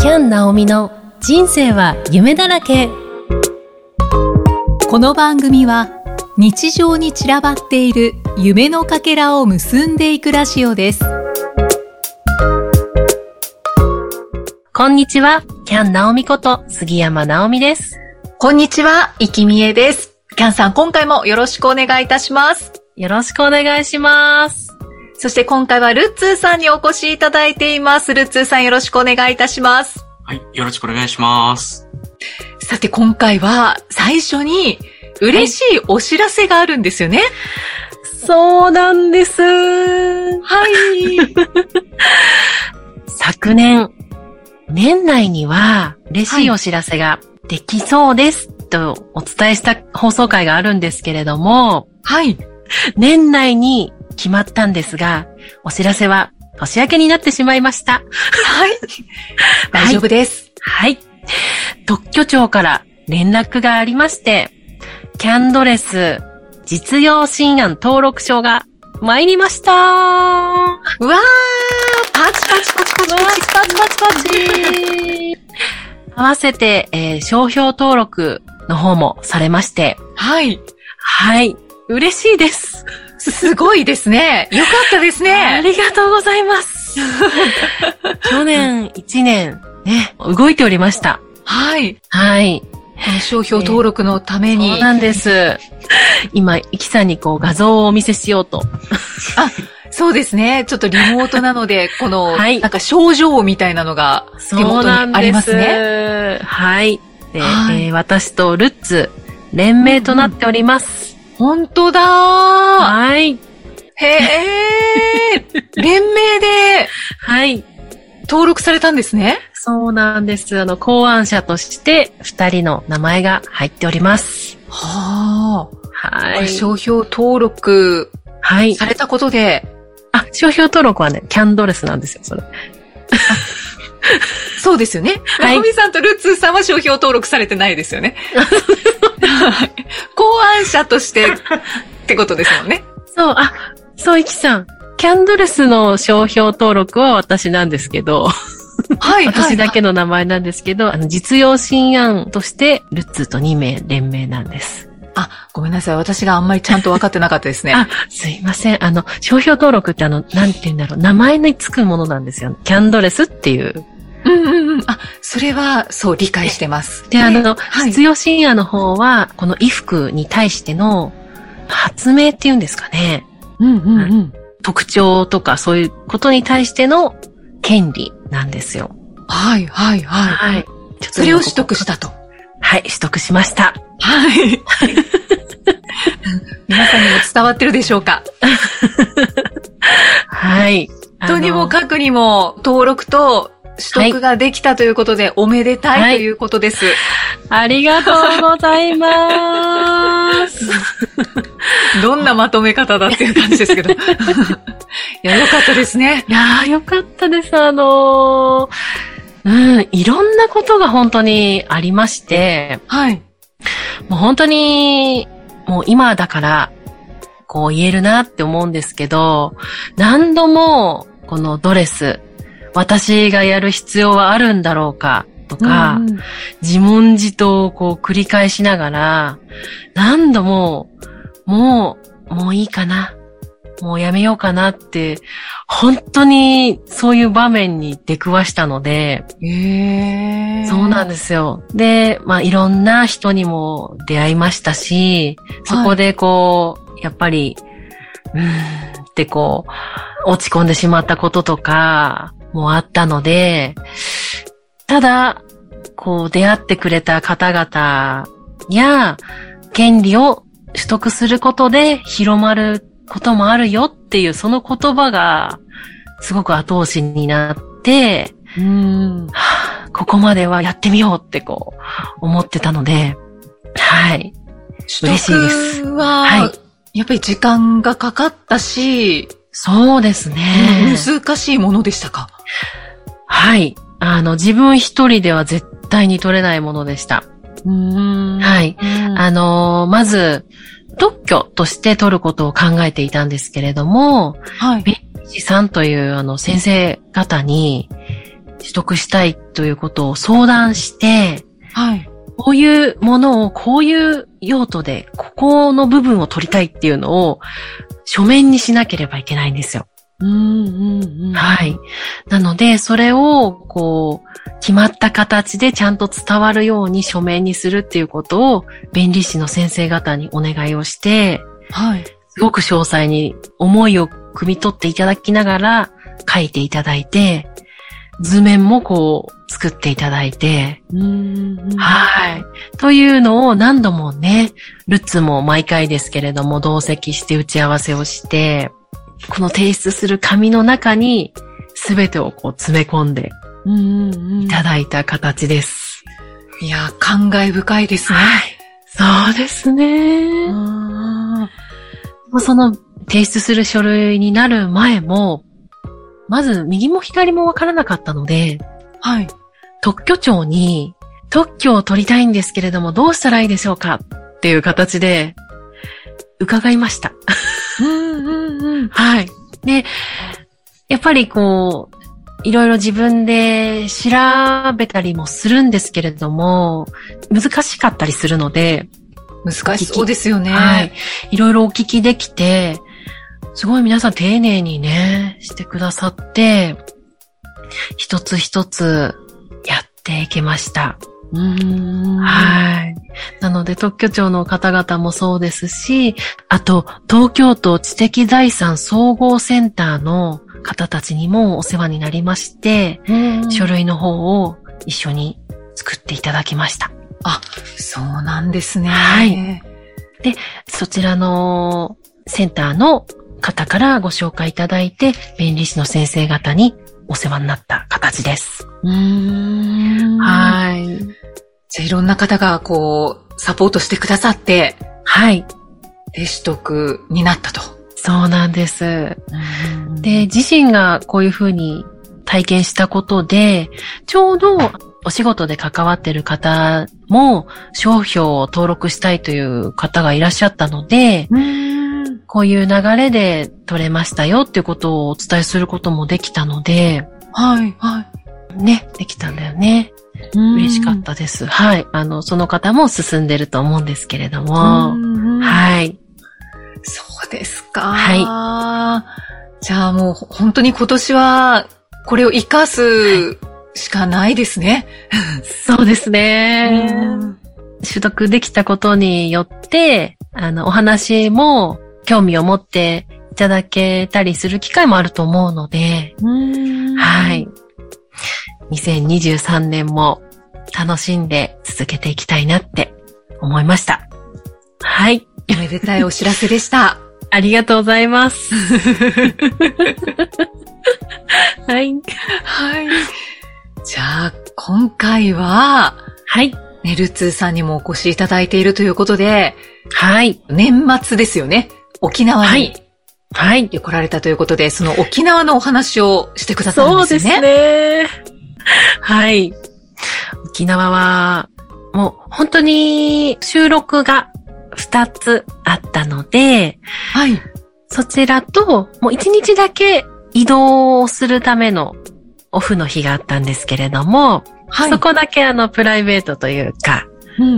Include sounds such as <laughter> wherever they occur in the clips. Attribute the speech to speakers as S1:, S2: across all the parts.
S1: キャン・ナオミの人生は夢だらけ
S2: この番組は日常に散らばっている夢のかけらを結んでいくラジオです
S1: こんにちはキャン・ナオミこと杉山直美です
S3: こんにちは、いきみえです。キャンさん、今回もよろしくお願いいたします。
S1: よろしくお願いします
S3: そして今回はルッツーさんにお越しいただいています。ルッツーさんよろしくお願いいたします。
S4: はい、よろしくお願いします。
S3: さて今回は最初に嬉しいお知らせがあるんですよね。
S1: そうなんです
S3: はい。
S1: 昨年年内には嬉しいお知らせができそうです、とお伝えした放送回があるんですけれども、
S3: はい。
S1: 年内に決まったんですが、お知らせは年明けになってしまいました。
S3: はい。 <laughs> 大丈夫です。
S1: はい。特許庁から連絡がありまして、キャンドレス実用新案登録証が参りました
S3: うわーパチパチパチパチパチパチパチパチ。
S1: <laughs> 合わせて、えー商標登録の方もされまして、
S3: はい。
S1: はい。嬉しいです。
S3: すごいですね。よかったです
S1: あ
S3: ね。
S1: りがとうございます。 <laughs> 去年1年、ね、動いておりました。
S3: はい。
S1: はい。
S3: この商標登録のために。
S1: そうなんです。今、イキさんにこう画像をお見せしようと。
S3: そうですね。ちょっとリモートな
S1: <laughs>
S3: ので、この、
S1: はい
S3: なんか症状みたいなのが手
S1: そう
S3: 元
S1: なん
S3: にあり
S1: で
S3: ます
S1: す
S3: ね。
S1: ね。はい。で、
S3: はい
S1: えー私とルッツ、連名となっております。
S3: 本当だー。
S1: はい。
S3: へえ。連名で
S1: はい。
S3: 登録されたんですね。
S1: そうなんです。あの、考案者として、二人の名前が入っております。
S3: はあ。
S1: は
S3: これ
S1: い。
S3: 商標登録
S1: はい。
S3: されたことで、
S1: あ、商標登録はね、キャンドレスなんですよ、それ。
S3: そうですよね。
S1: はい
S3: ナオミさんとルッツーさんは商標登録されてないですよね。 <laughs> はい考案者としてってことですもんね。
S1: そう、あ、そう、イキさん。キャンドレスの商標登録は私なんですけど。
S3: はい。
S1: <laughs> 私だけ
S3: の。
S1: の名前なんですけど、あの、実用新案として、ルッツーと2名連名なんです。
S3: あ、ごめんなさい。私があんまりちゃんと分かってなかったですね。
S1: あすいません。あの、商標登録ってあの、なんて言うんだろう、名前につくものなんですよ。キャンドレスっていう。
S3: うんうんうん。あ、それは、そう、理解してます。
S1: で、あの、
S3: はい
S1: 実用新案の方は、この衣服に対しての発明っていうんですかね。
S3: うんうんうん。
S1: 特徴とかそういうことに対しての権利なんですよ。
S3: はいはいはい。
S1: はい。ちょっと
S3: それを取得したと。
S1: はい、取得しました。
S3: はい。皆さんにも伝わってるでしょうか
S1: はい。
S3: とに
S1: あの
S3: もかくにも登録と取得ができたということで、おめでた
S1: はいい
S3: ということです。
S1: ありがとうござい <laughs> ます。
S3: どんなまとめ方だっていう感じですけ <laughs> ど。いや、よかったですね。
S1: いやー、よかったです。あのーうん、いろんなことが本当にありまして、
S3: はい。
S1: もう本当に、もう今だから、こう言えるなって思うんですけど、何度も、このドレス、私がやる必要はあるんだろうか、とか、
S3: うんうん
S1: 自問自答をこう繰り返しながら、何度も、もう、もういいかな。もうやめようかなって、本当にそういう場面に出くわしたので、
S3: えー、
S1: そうなん
S3: ん
S1: ですよ。で、まあいろんな人にも出会いましたし、そこでこう、やっぱり、うーんってこう、落ち込んでしまったこととかもあったので、ただ、こう出会ってくれた方々や、権利を取得することで広まることもあるよっていうその言葉が、すごく後押しになって、
S3: うん。
S1: はあここまではやってみようってこう、思ってたので、はい。
S3: 取
S1: 嬉しいです
S3: 得は、
S1: はい
S3: やっぱり時間がかかったし、
S1: そうですね。
S3: 難しいものでしたか
S1: はい。あの、自分一人では絶対に取れないものでした。
S3: は。
S1: はいい。あのーまず、特許として取ることを考えていたんですけれども、
S3: はい。
S1: 弁士さんというあの先生方に、取得したいということを相談して、
S3: はい。
S1: こういうものをこういう用途で、ここの部分を取りたいっていうのを書面にしなければいけないんですよ。
S3: うん、うん、うん。
S1: はい。なので、それを、こう、決まった形でちゃんと伝わるように書面にするっていうことを、弁理士の先生方にお願いをして、
S3: はい。
S1: すごく詳細に思いを汲み取っていただきながら書いていただいて、図面もこう作っていただいて、
S3: うん、うん。
S1: はい。というのを何度もね、ルッツも毎回ですけれども同席して打ち合わせをして、この提出する紙の中に全てをこう詰め込んで
S3: うん、うん。
S1: いただいた形です。
S3: いや、感慨深いですね。
S1: そうですね。
S3: あ
S1: もうその提出する書類になる前も、まず右も左もわからなかったので、
S3: ーはい。
S1: 特許庁に特許を取りたいんですけれどもどうしたらいいでしょうかっていう形で伺いました。
S3: うん、うん、うん。
S1: はい。で、やっぱりこう、いろいろ自分で調べたりもするんですけれども、難しかったりするので、
S3: 難しそうですよね。
S1: はい。いろいろお聞きできて、すごい皆さん丁寧にね、してくださって、一つ一つやっていきました。
S3: うん。い。
S1: はい。なので特許庁の方々もそうですし、あと東京都知的財産総合センターの方たちにもお世話になりまして、書類の方を一緒に作っていただきました。
S3: そうなんですね。
S1: はい。そちらのセンターの方からご紹介いただいて、弁理士の先生方にお世話になった形です。
S3: うん。い。
S1: はい。
S3: じゃあいろんな方が、こう、サポートしてくださって、
S1: はい。
S3: で、取得になったと。
S1: そうなんです。で、、自身がこういうふうに体験したことで、ちょうどお仕事で関わってる方も商標を登録したいという方がいらっしゃったので、
S3: うん。
S1: こういう流れで取れましたよっていうことをお伝えすることもできたので、
S3: はい、は
S1: ね、できたんだよね。
S3: い。嬉
S1: 嬉しかったです。はい。あの、その方も進んでると思うんですけれど
S3: う
S1: も。
S3: んうん
S1: はい。
S3: そうですか。
S1: は
S3: じゃあもう本当に今年はこれを活かすしかないですね。
S1: そうですね。
S3: うん
S1: 取得できたことによって、あの、お話も興味を持っていただけたりする機会もあると思うので、は。い。2023年も楽しんで続けていきたいなって思いました。はい。
S3: おめでたいお知らせでした。
S1: ありがとうございます。はい。
S3: はい。じゃあ今回は、
S1: はい。
S3: ねルツーさんにもお越しいただいているということで、
S1: はい。
S3: 年末ですよね。沖縄
S1: は
S3: に
S1: いはい。
S3: 来られたということで、その沖縄のお話をしてくださったんですよね。
S1: そうですね。はい。沖縄は、もう本当に収録が2つあったので、
S3: はい。
S1: そちらと、もう1日だけ移動をするためのオフの日があったんですけれども、
S3: はい。
S1: そこだけあのプライベートというか、
S3: うん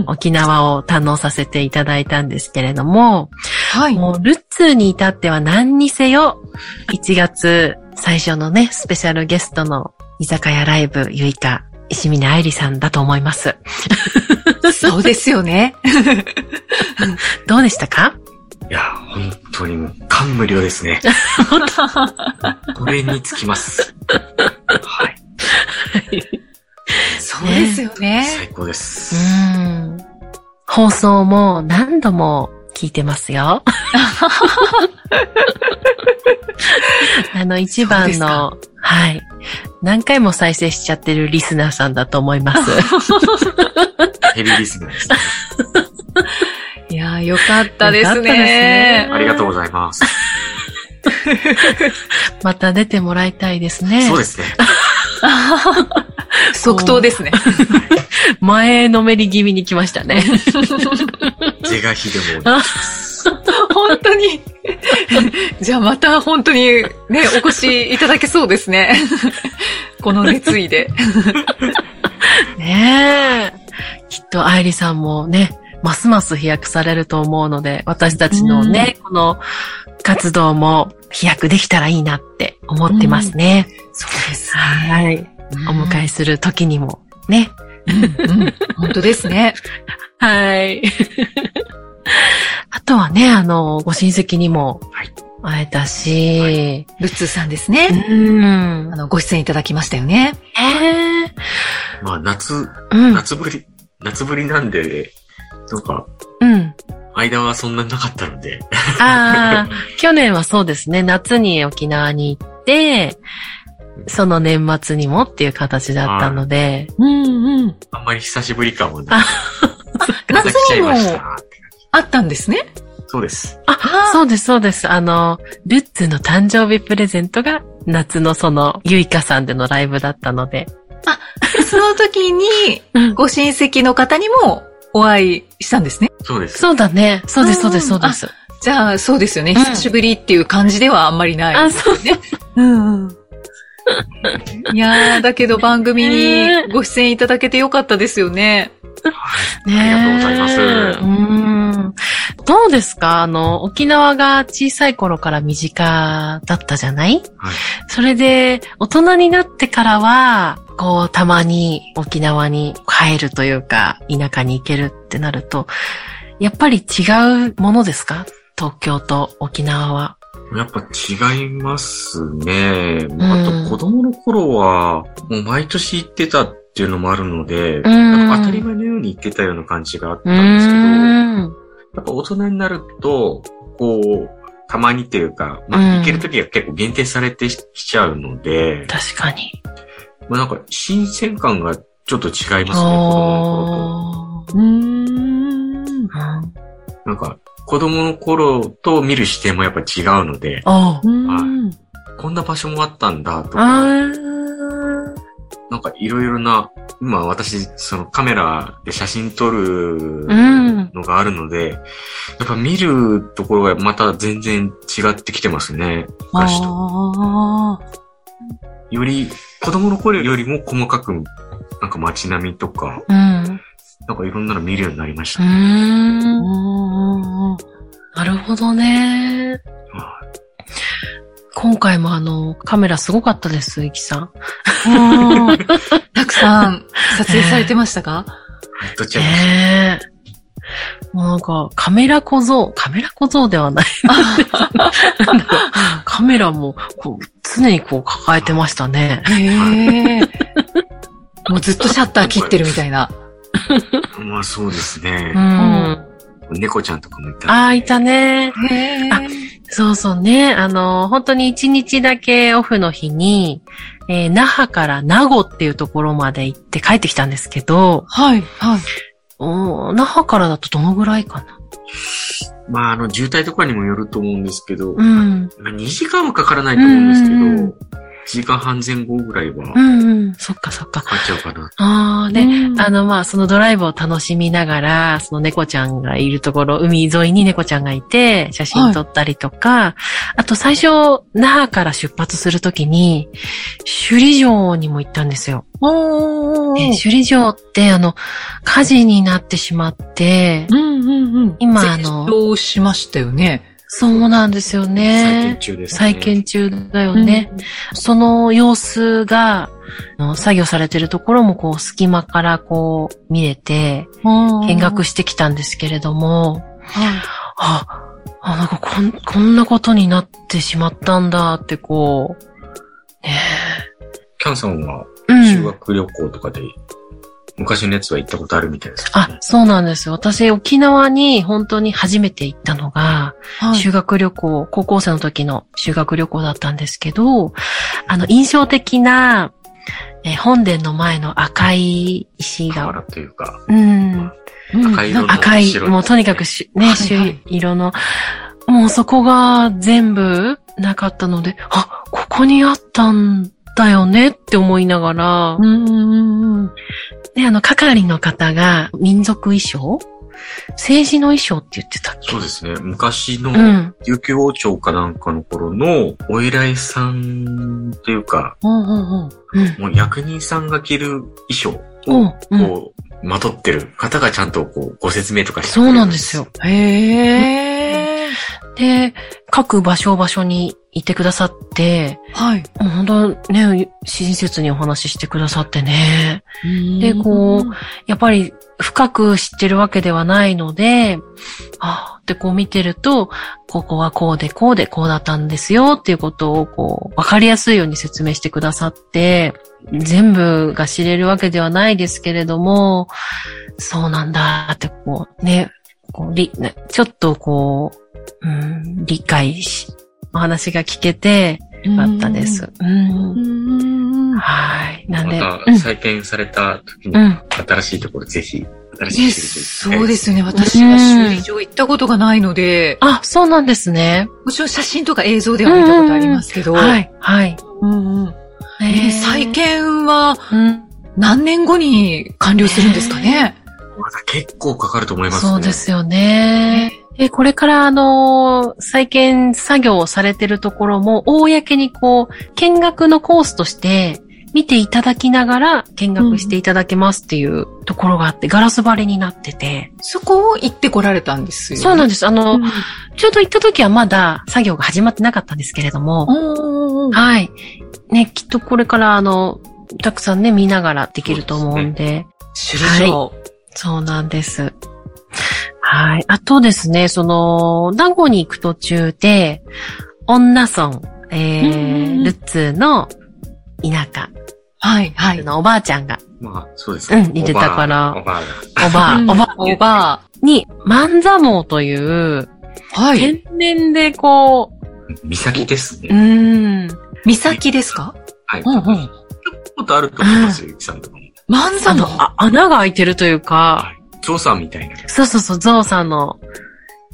S1: 沖縄を堪能させていただいたんですけれども、
S3: はい。
S1: もうルッツーに至っては何にせよ、1月最初のね、スペシャルゲストの居酒屋ライブ、ゆいか、石峰愛理さんだと思います。
S3: そうです
S1: <laughs>
S3: よね。
S1: どうでしたか
S4: いや、本当にもう感無量 <laughs> ですね。これにつきます。はい。
S3: そうですよね。
S4: 最高で
S1: う
S4: す。
S1: ーん。放送も何度も聞いてます
S4: <laughs>
S1: よ。あの、一番の、はい。何回も再生しちゃってるリスナーさんだと思います。
S4: <laughs> ヘビーリスナーですね。
S3: いやー、よかったです
S1: よ
S3: ね。
S1: か
S4: ありがとうございます。
S1: また出てもらいたいですね。
S4: そうですね。
S3: 即答で
S1: <laughs>
S3: すね。
S1: 前のめり気味に来ましたね。
S4: 是が非でも
S1: あ
S3: 本当 <laughs> に。じゃあまた本当にね、お越しいただけそうですね。 <laughs> この熱意で。
S1: ねえ。きっと愛理さんもね、ますます飛躍されると思うので、私たちのね、この活動も飛躍できたらいいなって思ってますね。
S3: そうです
S1: はい。お迎えする時にもね。
S3: うんうん本当ですね。
S1: はい。あとはね、あの、ご親戚にも
S4: はい
S1: 会えたし、
S3: ルッツーさんですね。
S1: うん
S3: あ。の、ご出演いただきましたよね。
S1: ええ
S4: まあ、夏、
S1: うん。
S4: 夏ぶり、夏ぶりなんで、なんか、
S1: うん。
S4: 間はそんなになかったので、
S1: ああ、去年はそうですね、夏に沖縄に行って、その年末にもっていう形だったので、
S3: うんうん。
S4: あんまり久しぶり感はなく、ま
S3: 夏
S4: た来ちゃ
S3: に
S4: い
S3: も
S4: ました。
S3: あったんですね。
S4: そうです。
S3: あ
S1: そうです、そうです。あの、ルッツの誕生日プレゼントが夏のその、ゆいかさんでのライブだったので、
S3: その時に
S1: うん、
S3: ご親戚の方にもお会いしたんですね。
S4: そうです。
S1: そうだね。そうです、
S3: う
S1: そ
S3: ん
S1: うです、そうです。
S3: じゃあ、そうですよね。
S1: うん
S3: 久しぶりっていう感じではあんまりない。
S1: あ、そうね。
S3: うんうん。いやー、だけど番組
S1: ね
S3: にご出演いただけてよかったですよね。
S4: はい。ありがとうございます。
S1: ます。うん。どうですかあの、沖縄が小さい頃から身近だったじゃない
S4: はい
S1: それで、大人になってからは、こう、たまに沖縄に帰るというか、田舎に行けるってなると、やっぱり違うものですか東京と沖縄は。
S4: やっぱ違いますね。あと子供の頃は、もう毎年行ってたっていうのもあるので、なんか当たり前のように行ってたような感じがあったんですけど、やっぱ大人になると、こう、たまにっていうか、ま
S1: う
S4: あ、
S1: ん
S4: 行けるときが結構限定されてきちゃうので、
S1: 確かに。
S4: まあ、なんか新鮮感がちょっと違いますね、子供の
S1: お
S4: 頃
S1: ー
S3: うー
S1: う
S3: ん。
S1: ん
S4: と。なんか、子供の頃と見る視点もやっぱ違うので、
S1: おー
S3: うん。
S4: こんな場所もあったんだとか、
S1: あー
S4: なんかいろいろな、今私、そのカメラで写真撮る
S1: うん
S4: のがあるので、やっぱ見るところがまた全然違ってきてますね。昔と。
S3: あー
S4: より、子供の頃よりも細かく、なんか街並みとか、
S1: うん。
S4: なんかいろんなの見るようになりまし
S1: う
S4: た。
S1: ーん。
S3: うん。
S1: なるほどね。
S4: は
S1: 今回もあの、カメラすごかったです、いきさん。
S3: うん <laughs> たくさん撮影されてましたか
S4: いどっちも
S1: ねえ。もうなんか、カメラ小僧、カメラ小僧では <laughs> ない。カメラも、こう、常にこう抱えてましたね。
S3: へえ。もうずっとシャッター切ってるみたいな。
S4: まあそうです
S1: う
S4: ね。
S1: ん。
S4: 猫ちゃんとかもいたんで。
S1: ああ、いたね。
S3: へえ。
S1: そうそうね。あの、本当に一日だけオフの日に、えー那覇から名護っていうところまで行って帰ってきたんですけど、
S3: はい、はい。
S1: おー那覇からだとどのぐらいかな。
S4: まああの、渋滞とかにもよると思うんですけど、
S1: うん。
S4: まあ2時間はかからないと思うんですけど、
S1: うんうん
S4: 1時間半前後ぐらいは
S1: う
S4: か
S1: んうん。そっかそっか。
S4: かっちゃうかな。
S1: ああ、ね。
S3: うん
S1: あの、まあ、そのドライブを楽しみながら、その猫ちゃんがいるところ、海沿いに猫ちゃんがいて、写真撮ったりとか、あと最初、那覇から出発するときに、首里城にも行ったんですよ。
S3: おーおーお
S1: で
S3: ー
S1: 首里城って、あの、火事になってしまって、
S3: うんうんうん。
S1: 今あの
S3: 全焼しましたよね。
S1: そうなんですよ
S4: 再建
S1: ね。
S4: 中です、ね。
S1: 再建中だよね。その様子が、あの作業されてるところもこう隙間からこう見れて、
S3: うん。
S1: 見学
S3: し
S1: してきたんですけれども、
S3: はい。
S1: あ、あ、なんかこん、こんなことになってしまったんだってこう、ね
S4: キャンさんは
S1: え。う
S4: 修
S1: ん。
S4: 学旅行とかで、昔のやつは行ったことあるみたいですけど
S1: あ
S4: ね、。
S1: そうなんですよ。私、沖縄に本当に初めて行ったのが、
S3: はい
S1: 修学旅行、高校生の時の修学旅行だったんですけど、あの、印象的な、えー本殿の前の赤い石が、
S4: 瓦というか、
S1: うん、
S3: うん
S4: 赤色の
S1: 赤い、
S4: 白
S1: もうとにかくし、ね、
S3: はい
S1: 朱色の、もうそこが全部なかったので、あ、ここにあったんだよねって思いながら
S3: う、んうんうんうん。
S1: ね、あの、係の方が民族衣装政治の衣装って言ってたっけ
S4: そうですね。昔の
S1: うん。
S4: 琉球王朝かなんかの頃のお偉いさんというか、
S1: うんうんうん。うん
S4: もう役人さんが着る衣装
S1: う
S4: を、
S1: んうん
S4: こう、まとってる方がちゃんとこう、ご説明とかしてく
S1: そ
S4: れる
S1: うなんですよ。。
S3: へえ。
S1: で、各場所場所にいてくださって、
S3: はい。
S1: もう本当ね、親切にお話ししてくださってね。でこやっぱり深く知ってるわけではないので、あーってこう見てると、ここはこうでこうでこうだったんですよっていうことをこう、わかりやすいように説明してくださって、全部が知れるわけではないですけれども、そうなんだってこうね、こうりねちょっとこう、うん、理解し、お話が聞けてよかったです。うん
S3: うん。
S1: はい。なんで、
S4: ま
S1: う
S4: た再建された時
S1: んう
S4: に、
S1: ん。
S4: 新しいところぜひ、新し
S3: ね、
S4: い。
S3: そうですすね。私は修理場行ったことがないので、
S1: あ、そうなんですね。
S3: もちろん写真とか映像では見たことありますけど、
S1: はい、はい。
S3: うんうんね再建は
S1: うん、
S3: 何年後に完了するんですかね
S4: まだ結構かかると思いますね。
S1: そうで。すよね。で、これからあの、再建作業をされてるところも、公にこう、見学のコースとして、見ていただきながら見学していただけますっていうところがあって、ガラス張りになってて。
S3: そこを行ってこられたんですよ、ね。
S1: そうなん
S3: で
S1: です。あの、ちょうど行った時はまだ作業が始まってなかったんですけれども、
S3: うん。
S1: はい。ね、きっとこれからあの、たくさんね、見ながらできると思うんで。
S3: 首里城。
S1: そうなんです。はい。あとですね、その、名護に行く途中で、女村、え
S3: うんうんう
S1: ー、
S3: ん
S1: ルッツーの田舎
S3: はい、はい。
S1: のおばあちゃんが、
S4: まあ、そうです
S1: うん似てたから
S4: おばあが
S1: おばあ、
S3: うん
S1: おばあ
S3: おば
S1: に、万座網という、
S3: あ。はい。
S1: 天然でこ
S4: 岬です
S1: う、う
S4: ね。
S1: ーん、
S3: 岬ですか
S4: はい。
S3: うんうん
S4: 聞いたことあると思いますよ、ゆきさんとかも。
S3: 万座
S1: あ
S3: の
S1: の、あ穴が開いてるというか、
S4: 調査みたいな。
S1: そうそうそう、ゾウさんの、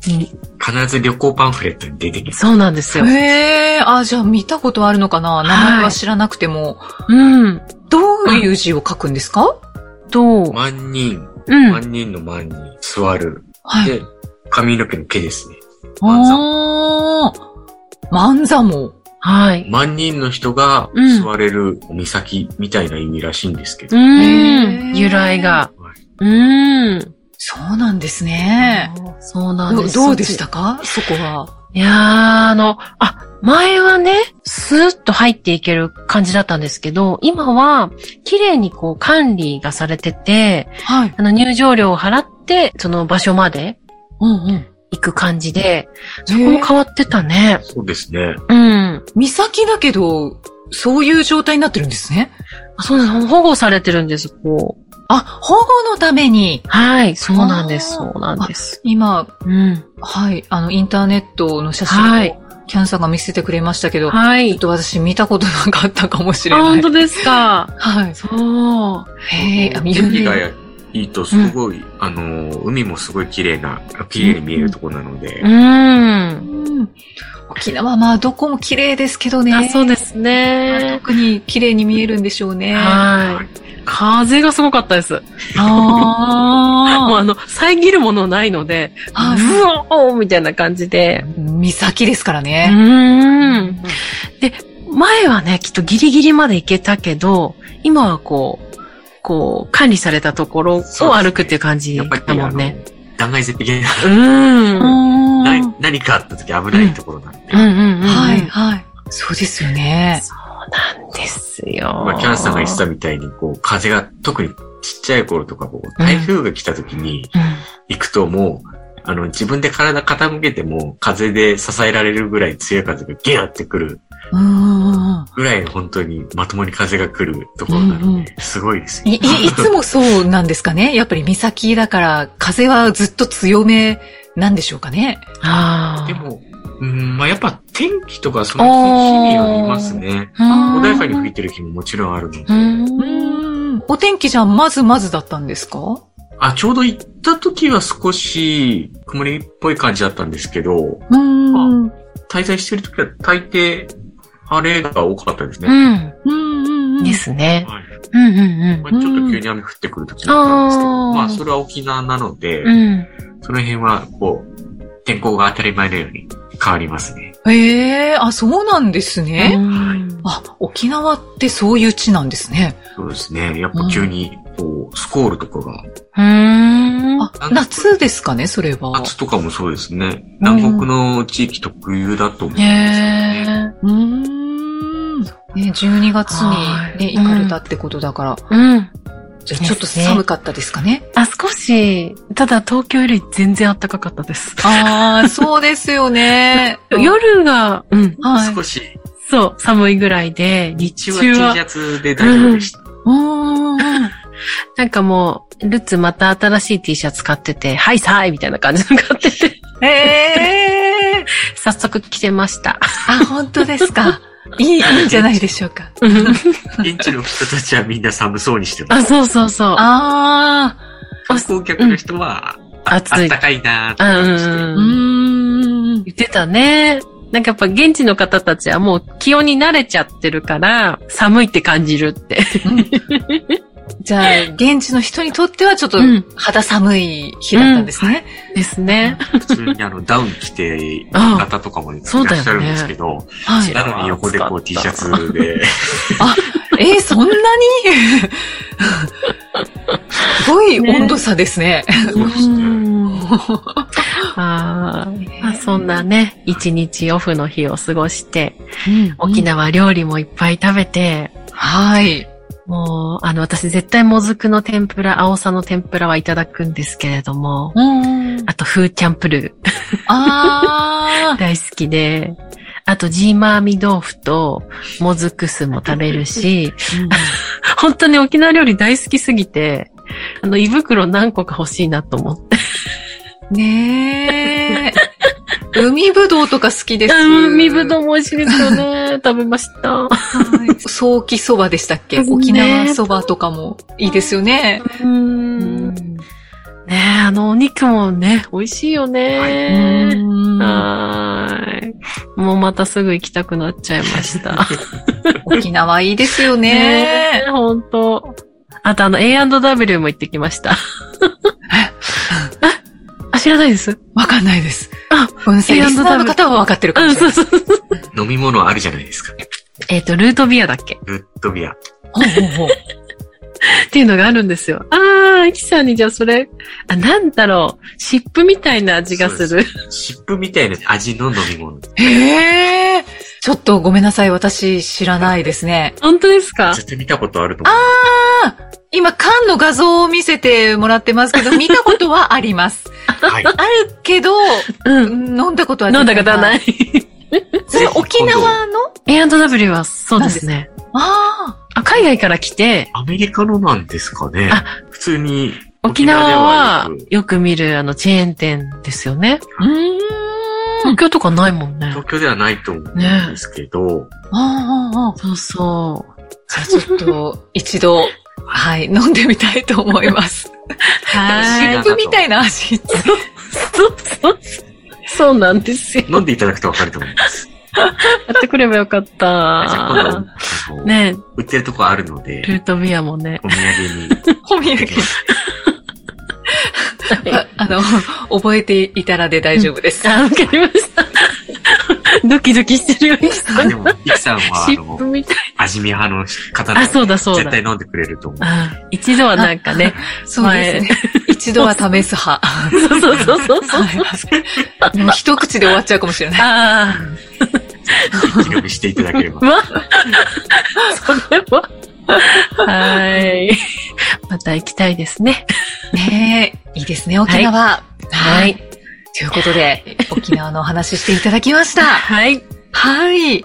S1: に
S4: 必ず旅行パンフレットに出てきます。
S1: そうなんですよ。
S3: へえ、あ、じゃあ見たことあるのかな名前は知らなくても。
S1: うん。
S3: どういう字を書くんですか
S1: と、
S4: 万人、
S1: うん。
S4: 万人の万人、座る。
S3: はい。
S4: で、髪の毛の毛ですね。万座
S3: おー。万座も。
S1: はい。
S4: 万人の人が
S1: うん
S4: 座れるお岬みたいな意味らしいんですけ
S1: う
S4: ど。
S1: ー
S3: へ
S1: ん。
S3: ー
S1: 由来が
S4: は。
S1: うーん。
S3: そうなんですね。
S1: そうなん
S3: ど
S1: です。
S3: どうでしたかそこは。
S1: いやー、あの、あ、前はね、スーッと入っていける感じだったんですけど、今は、綺麗にこう管理がされてて、
S3: はい。
S1: あの入場料を払って、その場所まで
S3: うんうん。
S1: 行く感じで、
S3: そ
S1: ここも変わってたね。
S4: そうですね。
S1: うん。
S3: 岬だけど、そういう状態になってるんですね。
S1: あそうなんです。保護されてるんです、こう。
S3: あ、保護のために、
S1: はい、そうなんです、
S3: あ
S1: そ
S3: ー
S1: うなんです。
S3: 今、
S1: うん。
S3: はい、あの、インターネットの写
S1: は
S3: 真
S1: い
S3: を、キャンさんが見せてくれましたけど、
S1: は
S3: ちょっ
S1: い。
S3: と私見たことなかったかもしれ
S1: あ、
S3: な
S1: 本
S3: い。
S1: 当ですか。
S3: はい。
S1: そう。
S3: へえ、あ有
S4: 天気
S3: 名
S4: がいいとすごい、あのー、海もすごい綺麗な、綺麗に見えるとこなので、
S1: うん。
S3: うん沖縄、まあ、どこも綺麗ですけどね。
S1: あ、そうですね。
S3: 特に綺麗に見えるんでしょうね。
S1: は。
S4: はい
S1: 風がすごかったです。もう
S3: <laughs> あ
S1: あの、遮るものないので、
S3: あ。は
S1: ブオーみたいな感じで。
S3: い。岬ですから
S1: う
S3: ね。
S1: ん。前はね、きっとギリギリまで行けたけど、今はこう、こう、管理されたところを歩くっていう感じ
S4: やっぱり、
S1: だも
S4: あ
S1: ん
S4: の
S1: ね。、
S4: 断崖絶壁な、
S1: うん。うん
S3: うん
S4: な何かあった時危ないところなんで、
S1: うんうんうん。
S3: はい、はい。そうですよね。
S1: そうなんですよ。
S4: まあ、キャンさんが言ってたみたいに、こう、風が、特にちっちゃい頃とか、こう、台風が来た時に
S1: うん
S4: 行くともう、あの、自分で体傾けても、風で支えられるぐらい強い風がギャーってくる
S3: うんうんうんうん
S4: ぐらい、本当にまともに風が来るところなので、すごいですよ
S3: い、い、いつもそうなんですかねやっぱり岬だから、風はずっと強めなんでしょうかね
S1: ああ。
S4: でも、うん、まあ、やっぱ天気とかその日々を見ますね。
S1: うん、
S4: 穏やかに吹いてる日ももちろんあるので。
S1: うん。
S3: お天気じゃまずまずだったんですか
S4: あ、ちょうど行った時は少し曇りっぽい感じだったんですけど、
S3: うん。うん
S4: 滞在してる時は大抵晴れが多かったですね。
S1: うん。
S3: うんうん。
S1: ですね。
S4: はい
S1: うんうん
S4: まあ、ちょっと急に雨降ってくる時だったんですけど、
S1: うんあー
S4: まあそれは沖縄なので、
S1: うん。うん。
S4: その辺は、こう、天候が当たり前のように変わりますね。
S3: ええあ、そうなんですね。
S1: うん
S3: あ、沖縄ってそういう地なんですね。
S4: そうですね。やっぱ急に、こう、スコールとかが、
S1: うん。
S3: あ、夏ですかね、それは。
S4: 夏とかもそうですね。南国の地域特有だと思うんですよ
S1: へ
S4: ね。
S1: ー
S3: うーん。ね、12月
S1: はい
S3: にね、行かれたってことだから、
S1: うん。
S3: じゃあちょっと寒かったですかね。
S1: あ、少し、ただ東京より全然暖かかったです。。
S3: ああ、そうですよ <laughs> ね
S1: 夜が、うん、
S3: はい。う
S4: 少し、
S1: そう、寒いぐらいで、日
S4: 日
S1: 中
S4: 中は
S1: は
S4: T シ、ャツで大丈夫でした。
S3: ーん。
S1: なんかもう、ルッツまた新しい T シャツ買ってて、はいさーいみたいな感じの買って <laughs> て、
S3: ええー。
S1: 早速着てました。
S3: あ、本当ですか。 <laughs> いい、いいんじゃないでしょうか。
S4: 現地の人たちはみんな寒そうにしてま
S1: あ、
S4: す。
S1: そうそうそう。
S3: あ
S1: あ
S4: 観光客の人は、あ
S1: 暑い
S4: 暖かいなーって
S1: うんう
S4: 感じ
S1: ん
S3: あ、
S1: うん
S3: ーん。
S1: 言ってたね。なんかやっぱ現地の方たちはもう気温に慣れちゃってるから、寒いって感じるって。
S3: じゃあ、現地の人にとってはちょっと
S1: うん
S3: 肌寒い日だったんですね。
S1: ですね。
S4: で、普通にあの、ダウン着て、いる
S1: あ
S4: 方とかもい
S1: そうだ
S4: ら
S1: よね
S4: っしゃるんですけど、
S3: はい。
S4: なのに横でこう T シャツで、
S3: えーそ <laughs> んなにすごい温度差ですね。
S4: そうですね。
S1: <laughs>
S3: <laughs>
S1: あーまあそんなね、一日オフの日を過ごして、沖
S3: 縄。
S1: 縄料理もいっぱい食べて、
S3: はい。
S1: もう、あの、私絶対もずくの天ぷら、青さの天ぷらはいただくんですけれども、
S3: うん。
S1: あと、フーチャンプル
S3: あ
S1: ー大好きで、あと、ジーマーミ豆腐と、もずく酢も食べるし、本当に沖縄料理大好きすぎて、あの、胃袋何個か欲しいなと思って。
S3: ー。
S1: <laughs>
S3: ねえ。海ぶどうとか好きです。
S1: 海ぶどうも美味しいですよね。食べました。
S3: はい早期そばでしたっけ
S1: ね
S3: 沖縄そばとかもいいですよね。
S1: うん。ねえ、あの、お肉もね、美味しいよね。
S3: うん
S1: はーい。もうまたすぐ行きたくなっちゃいま <laughs> した。
S3: 沖縄いいですよ
S1: ね
S3: ね。
S1: え、ほんと。あとあの A&W も行ってきました。 <laughs> あ、知らないです。
S3: わかんないです。
S1: あ
S3: ごめんなさい。
S1: A&W
S3: リスナーの方はわかってるか
S1: う
S3: も
S1: ん、
S3: しれ
S1: そ
S3: な
S1: う
S3: い。
S1: そう。
S4: <laughs> 飲み物あるじゃないですか。
S1: えっ、と、ルートビアだっけ
S4: グッドビア。
S3: ほうほうほう
S1: っていうのがあるんですよ。あー、キさんにじゃあそれ、あ、なんだろう。湿布みたいな味がす
S4: そう
S1: る。
S4: 湿布みたいな味の飲み物。
S3: へえ。ちょっとごめんなさい。私知らないですね。
S1: 本当ですか
S4: 絶対見たことあると思う。
S3: ああ、今缶の画像を見せてもらってま
S1: <laughs>
S3: すけど、見たことはあります。
S4: はい。
S3: あるけど、
S1: う。
S3: うんん飲んだことは。
S1: 飲んだことはないい。
S3: それ沖縄の
S1: <laughs> A&W はそうですね。
S3: あ
S1: あ、海外から来て、
S4: アメリカのなんですかね
S1: あ
S4: 普通に
S1: 沖縄は
S4: 沖よく
S1: よく見るあのチェーン店ですよね。
S3: あ。うーん。
S1: 東京とかないもんね。
S4: 東京ではないと思うんですけど、
S3: ああ、ああ。
S1: そうそ
S3: じゃあちょっと、一度、はい、飲んでみたいと思います。
S1: う。は
S4: ー
S1: い
S4: い。
S3: 湿布みたいな味。
S1: <laughs> そうそう。そうなんですよ。
S4: 飲んでいただくとわかると思います。
S1: やってくればよかっ
S4: じゃあ今度
S1: た。
S4: あの
S1: ね
S4: 売ってるとこあるので、
S1: ルートビアもね。
S4: お土産に。
S3: お土産。 <laughs> ああの、覚えていたらで大丈夫です。
S1: あ、わかりました。ドキドキしてるよね。
S4: あ
S1: <laughs>
S4: でも、イクさんは、あ
S1: シップ
S4: の、
S1: みたい。
S4: 味見派の方な
S1: あ、
S4: ので、
S1: そうだそう
S4: 絶
S1: だ
S4: 対。飲んでくれると思う。
S1: あ一度はなん
S4: <laughs>
S1: かね。
S3: そうですね。一度は試す派。
S1: <laughs> そうそうそうそうそう。
S3: はいでも一口で終わっちゃうかもしれない。
S1: ああ。
S4: 意気飲みしていただければ。
S1: <laughs> わそれは。はい。また行きたいですね。
S3: ねえ、いいですね、沖縄。
S1: はい。
S3: ということで、沖縄のお話ししていただきました。
S1: はい。
S3: はい。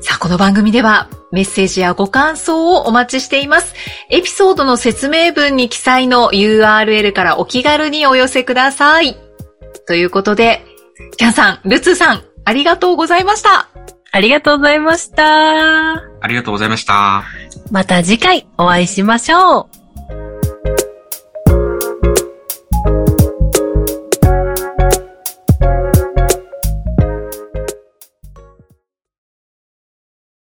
S3: さあ、この番組ではメッセージやご感想をお待ちしています。エピソードの説明文に記載の URL からお気軽にお寄せください。ということで、キャンさん、ルツーさん、ありがとうございました。
S1: ありがとうございました。
S4: ありがとうございました。
S1: また次回お会いしましょう。